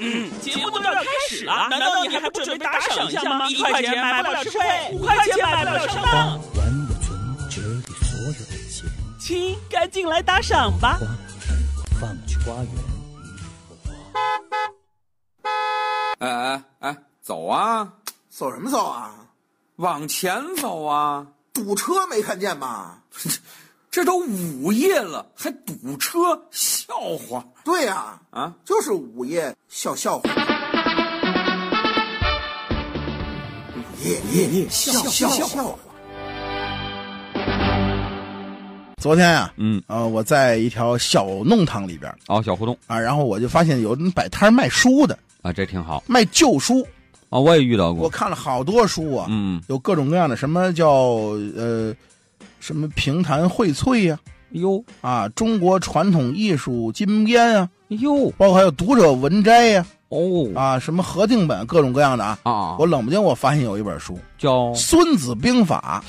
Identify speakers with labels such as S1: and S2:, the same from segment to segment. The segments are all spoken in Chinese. S1: 嗯，节目都要开始了，难道你还不准备打赏一下吗？一块钱买不了吃亏，五块钱买不了上
S2: 花
S1: 当。
S2: 完我存折里所有的钱，
S1: 亲，赶紧来打赏吧！
S2: 花儿放去花园。
S3: 哎哎哎，走啊，
S4: 走什么走啊？
S3: 往前走啊！
S4: 堵车没看见吗？
S3: 这都午夜了，还堵车，笑话
S4: 对呀、
S3: 啊！
S4: 就是午夜笑笑话。夜夜夜笑笑笑话。
S5: 昨天啊，
S3: 嗯，
S5: 呃，我在一条小弄堂里边儿
S3: 哦，小胡同
S5: 啊，然后我就发现有人摆摊儿卖书的，
S3: 啊，这挺好啊、
S5: 卖旧书，
S3: 我也遇到
S5: 我
S3: 过。
S5: 看了好多书啊，
S3: 嗯，
S5: 有各种各样的，什么叫呃，什么评弹荟萃呀、
S3: 哟
S5: 啊，中国传统艺术金编啊，
S3: 哟
S5: 包括还有读者文摘呀、
S3: 哦
S5: 啊，什么合订本，各种各样的啊。
S3: 啊哦
S5: 我冷不丁我发现有一本书
S3: 叫
S5: 《孙子兵法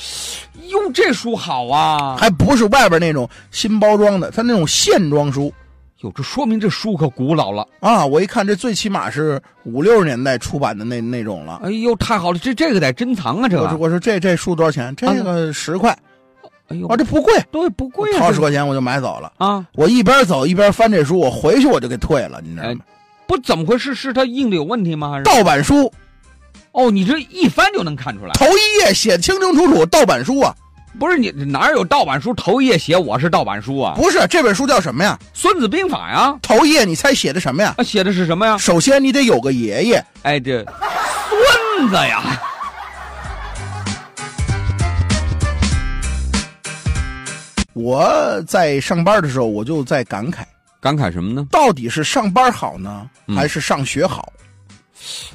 S3: 哟，这书好》，啊！
S5: 还不是外边那种新包装的，它那种线装书。
S3: 哟，这说明这书可古老了。
S5: 啊，我一看这最起码是五六十年代出版的那那种了。
S3: 哎呦，太好了，这这个得珍藏啊，这
S5: 我说
S3: 个。
S5: 我说这这书多少钱？这个十块
S3: 啊哎呦
S5: 啊，，这不贵，
S3: 对不贵啊，
S5: 掏
S3: 这
S5: 十
S3: 个
S5: 块钱我就买走了。
S3: 啊，
S5: 我一边走一边翻这书，我回去我就给退了，你知道吗？
S3: 不怎么回事？是它印的有问题吗？还是？
S5: 盗版书
S3: 哦，你这一翻就能看出来。
S5: 头一页写清清楚楚，盗版书啊，
S3: 不是你哪有盗版书头一页写我是盗版书啊？《
S5: 不是这本书叫什么呀？
S3: 孙子兵法》呀，
S5: 头一页你猜写的什么呀？
S3: 啊写的是什么呀？
S5: 首先你得有个爷爷，
S3: 哎，这孙子呀！
S5: 我在上班的时候我就在感慨，
S3: 感慨什么呢？
S5: 到底是上班好呢，
S3: 嗯
S5: 还是上学好？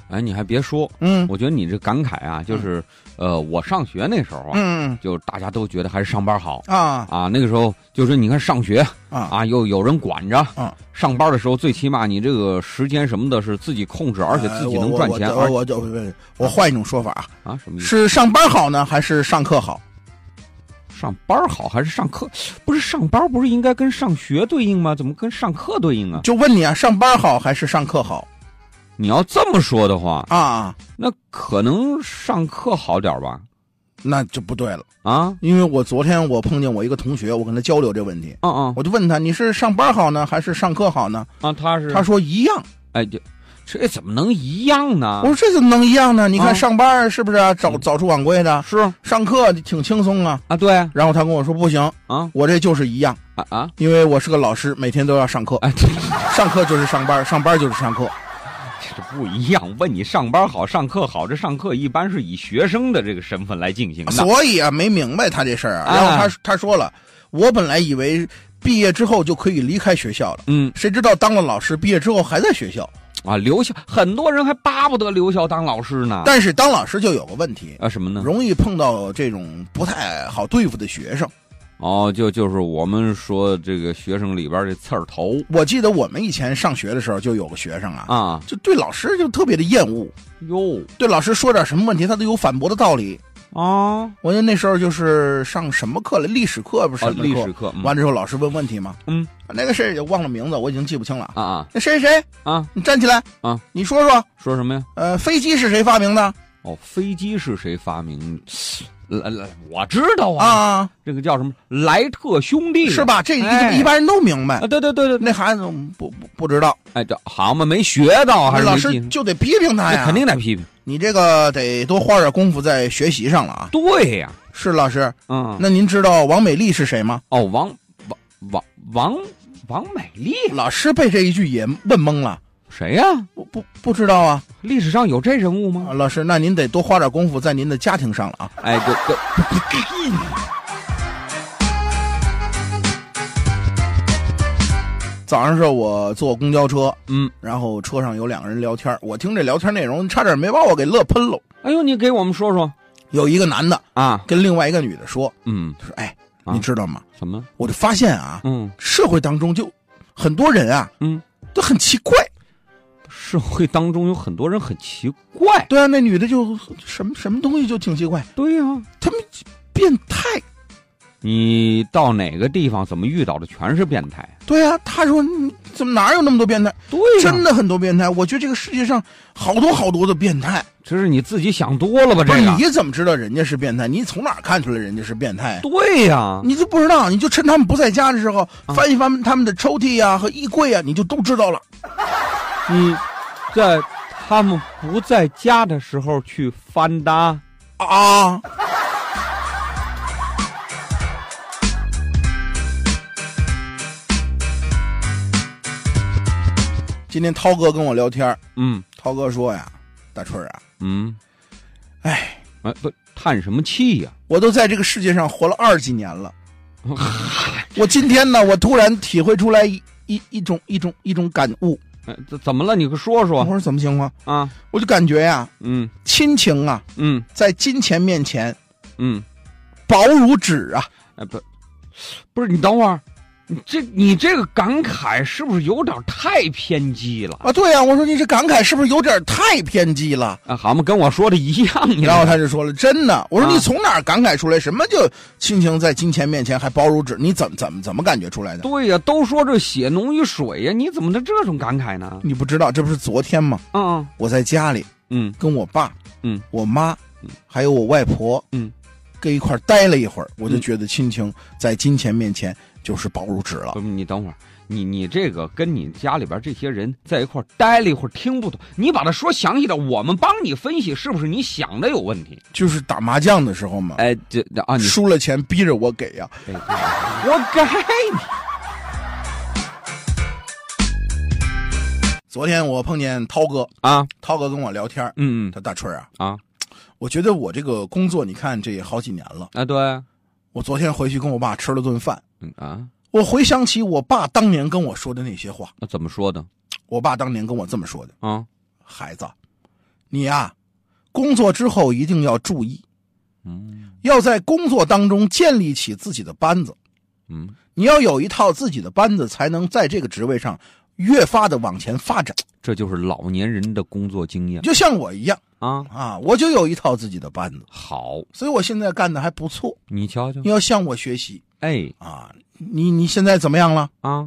S3: 哎，你还别说，
S5: 嗯
S3: 我觉得你这感慨啊，就是呃，我上学那时候啊，
S5: 嗯
S3: 就大家都觉得还是上班好。
S5: 啊
S3: 啊，那个时候就是你看上学
S5: 啊
S3: 啊，又有人管着
S5: 啊，
S3: 上班的时候最起码你这个时间什么的是自己控制，而且自己能赚钱。
S5: 呃我
S3: 而
S5: 我我就我换一种说法啊，
S3: 啊，什么意思？
S5: 是上班好呢，还是上课好？
S3: 上班好还是上课？不是上班不是应该跟上学对应吗？怎么跟上课对应啊？
S5: 就问你啊，上班好还是上课好
S3: 你要这么说的话，
S5: 啊？
S3: 那可能上课好点儿吧？
S5: 那就不对了，
S3: 啊，
S5: 因为我昨天我碰见我一个同学，我跟他交流这问题，
S3: 嗯嗯
S5: 我就问他你是上班好呢，还是上课好呢？
S3: 啊，他是
S5: 他说一样。
S3: 哎，这这怎么能一样呢
S5: 我？说这怎么能一样呢？你
S3: 啊
S5: 看上班是不是啊早
S3: 嗯
S5: 早出晚归的，
S3: 是啊，
S5: 上课挺轻松啊。
S3: 对啊
S5: 然后他跟我说不行，
S3: 啊
S5: 我这就是一样，
S3: 啊，
S5: 因为我是个老师，每天都要上课，
S3: 哎，这
S5: 上课就是上班，上班就是上课。
S3: 这不一样。问你上班好，上课好，这上课一般是以学生的这个身份来进行的。
S5: 所以啊，没明白他这事儿啊。
S3: 啊
S5: 然后他他说了，我本来以为毕业之后就可以离开学校了，
S3: 嗯
S5: 谁知道当了老师，毕业之后还在学校。
S3: 啊，留校很多人还巴不得留校当老师呢。
S5: 但是当老师就有个问题，
S3: 啊什么呢？
S5: 容易碰到这种不太好对付的学生。
S3: 哦，就就是我们说这个学生里边这刺儿头
S5: 我记得我们以前上学的时候就有个学生啊，
S3: 啊，
S5: 就对老师就特别的厌恶，
S3: 哟
S5: 对老师说点什么问题他都有反驳的道理。
S3: 啊，
S5: 我就那时候就是上什么课了，历史课不是
S3: 啊
S5: 什么
S3: 历
S5: 课？
S3: 史课，嗯
S5: 完了之后老师问问题嘛，
S3: 嗯，
S5: 那个谁也忘了名字，我已经记不清了啊。
S3: 啊啊
S5: 那谁谁谁
S3: 啊，
S5: 你站起来
S3: 啊！
S5: 你说说，
S3: 说什么呀？
S5: 呃，飞机是谁发明的
S3: 哦，飞机是谁发明？来来，我知道啊，
S5: 啊？
S3: 这个叫什么莱特兄弟
S5: 是？吧？这一
S3: 哎
S5: 个一般人都明白
S3: 啊，，对对对对，
S5: 那孩子不不不知道，
S3: 哎，这好嘛，没学到哦还
S5: 那
S3: 是没
S5: 老
S3: 记
S5: 师就得批评他
S3: 这
S5: 呀。
S3: 肯定得批评。
S5: 你这个得多花点功夫在学习上了啊。
S3: 对呀，
S5: 是老师，
S3: 嗯，
S5: 那您知道王美丽是谁吗？
S3: 哦，王王王王王美丽
S5: 老师被这一句也问懵了，
S3: 谁呀？
S5: 不不不知道啊。
S3: 历史上有这人物
S5: 啊
S3: 吗？
S5: 老师，那您得多花点功夫在您的家庭上了啊。
S3: 哎，对对，
S5: 早上的时候我坐公交车，
S3: 嗯，
S5: 然后车上有两个人聊天，我听这聊天内容差点没把我给乐喷喽。
S3: 哎呦，你给我们说说
S5: 有一个男的
S3: 啊，
S5: 跟另外一个女的说，
S3: 嗯，
S5: 他说：“哎，
S3: 啊
S5: 你知道吗？
S3: 什么？
S5: 我就发现啊，
S3: 嗯，
S5: 社会当中就很多人啊，
S3: 嗯，
S5: 都很奇怪。
S3: 社会当中有很多人很奇怪。
S5: 对啊，那女的就什么什么东西就挺奇怪，
S3: 对呀，
S5: 他们变态。
S3: 你到哪个地方怎么遇到的全是变态，
S5: 对啊，他说你怎么哪有那么多变态？
S3: 对
S5: 真的很多变态，我觉得这个世界上好多好多的变态。
S3: 这是你自己想多了吧？
S5: 不
S3: 这
S5: 是
S3: 个
S5: 你怎么知道人家是变态？你从哪儿看出来人家是变态？
S3: 对呀、
S5: 你就不知道，你就趁他们不在家的时候
S3: 啊
S5: 翻一翻他们的抽屉呀、和衣柜呀、你就都知道了。
S3: 你在他们不在家的时候去翻搭，
S5: 啊！今天涛哥跟我聊天儿，
S3: 嗯
S5: 涛哥说呀：“大春儿啊，
S3: 嗯，
S5: 哎，
S3: 哎不叹什么气呀、
S5: 我都在这个世界上活了二十几年了，我今天呢，我突然体会出来一一一种一种一种感悟。
S3: 哎怎怎么了？你说
S5: 我
S3: 说
S5: 说怎么情况？
S3: 啊？
S5: 我就感觉呀，
S3: 嗯
S5: 亲情啊，
S3: 嗯
S5: 在金钱面前
S3: 嗯，
S5: 薄如纸啊。
S3: 哎不不是你等会儿，你这你这个感慨是不是有点太偏激了？
S5: 啊，对呀、我说你这感慨是不是有点太偏激了？”
S3: 啊，蛤蟆跟我说的一样，你知
S5: 然
S3: 道
S5: 后
S3: 吗
S5: 他就说了：“真的。”我说：“
S3: 嗯啊
S5: 你从哪儿感慨出来？什么叫亲情在金钱面前还薄如纸？你怎么怎么怎么感觉出来的？
S3: 对呀、都说这血浓于水呀、你怎么能这种感慨呢？
S5: 你不知道，这不是昨天吗？
S3: 嗯
S5: 我在家里
S3: 嗯
S5: 跟我爸、
S3: 嗯、
S5: 我妈，还有我外婆，
S3: 嗯，
S5: 跟一块儿待了一会儿，我就
S3: 嗯
S5: 觉得亲情在金钱面前就是薄如纸了。
S3: 不是你等会儿，你你这个跟你家里边这些人在一块儿待了一会儿听不懂，你把它说详细点，我们帮你分析是不是你想的有问题。
S5: 就是打麻将的时候嘛，
S3: 哎，这啊你
S5: 输了钱逼着我给呀、
S3: 哎对活该你
S5: 昨天我碰见涛哥，
S3: 啊，
S5: 涛哥跟我聊天儿，
S3: 嗯嗯
S5: 他大春儿啊，
S3: 啊
S5: 我觉得我这个工作，你看这也好几年了。
S3: 啊对啊
S5: 我昨天回去跟我爸吃了顿饭。”
S3: 嗯啊，
S5: 我回想起我爸当年跟我说的那些话，
S3: 那怎么说的
S5: 我爸当年跟我这么说的：“
S3: 啊？
S5: 孩子，你呀、工作之后一定要注意，
S3: 嗯
S5: 要在工作当中建立起自己的班子。
S3: 嗯，
S5: 你要有一套自己的班子，才能在这个职位上越发的往前发展。
S3: 这就是老年人的工作经验
S5: 就像我一样
S3: 啊。
S5: 啊，我就有一套自己的班子，
S3: 好，
S5: 所以我现在干的还不错。
S3: 你瞧瞧
S5: 你，要向我学习
S3: 哎
S5: 啊！你你现在怎么样了？
S3: 啊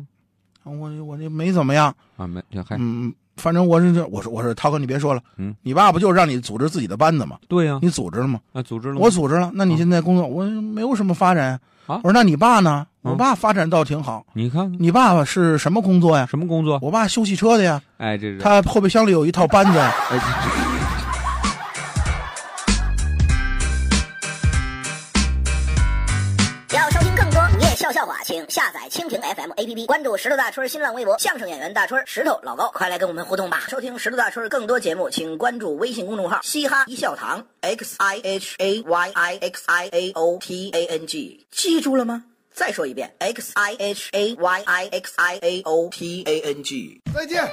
S5: 我我这没怎么样。”
S3: 啊没这还
S5: 嗯，反正我是这，我说我说涛哥，你别说了，
S3: 嗯，
S5: 你爸不就是让你组织自己的班子吗？
S3: 对呀
S5: 你组织了吗？
S3: 啊组织了吗
S5: 我组织了，那你现在工作，我没有什么发展
S3: 啊
S5: 我说那你爸呢？
S3: 嗯
S5: 我爸发展倒挺好，
S3: 你看看
S5: 你爸爸是什么工作呀？
S3: 什么工作？
S5: 我爸修汽车的呀，
S3: 哎这是
S5: 他后备箱里有一套班子 呀。
S3: 哎这这
S6: 要收听更多午夜笑笑话，请下载蜻蜓 FM APP，关注石头大春儿新浪微博，相声演员大春儿、石头老高，快来跟我们互动吧！收听石头大春儿更多节目，请关注微信公众号“嘻哈一笑堂 ”x i h a y i x i a o t a n g，记住了吗？再说一遍，x i h a y i x i a o t a n g。
S4: 再见。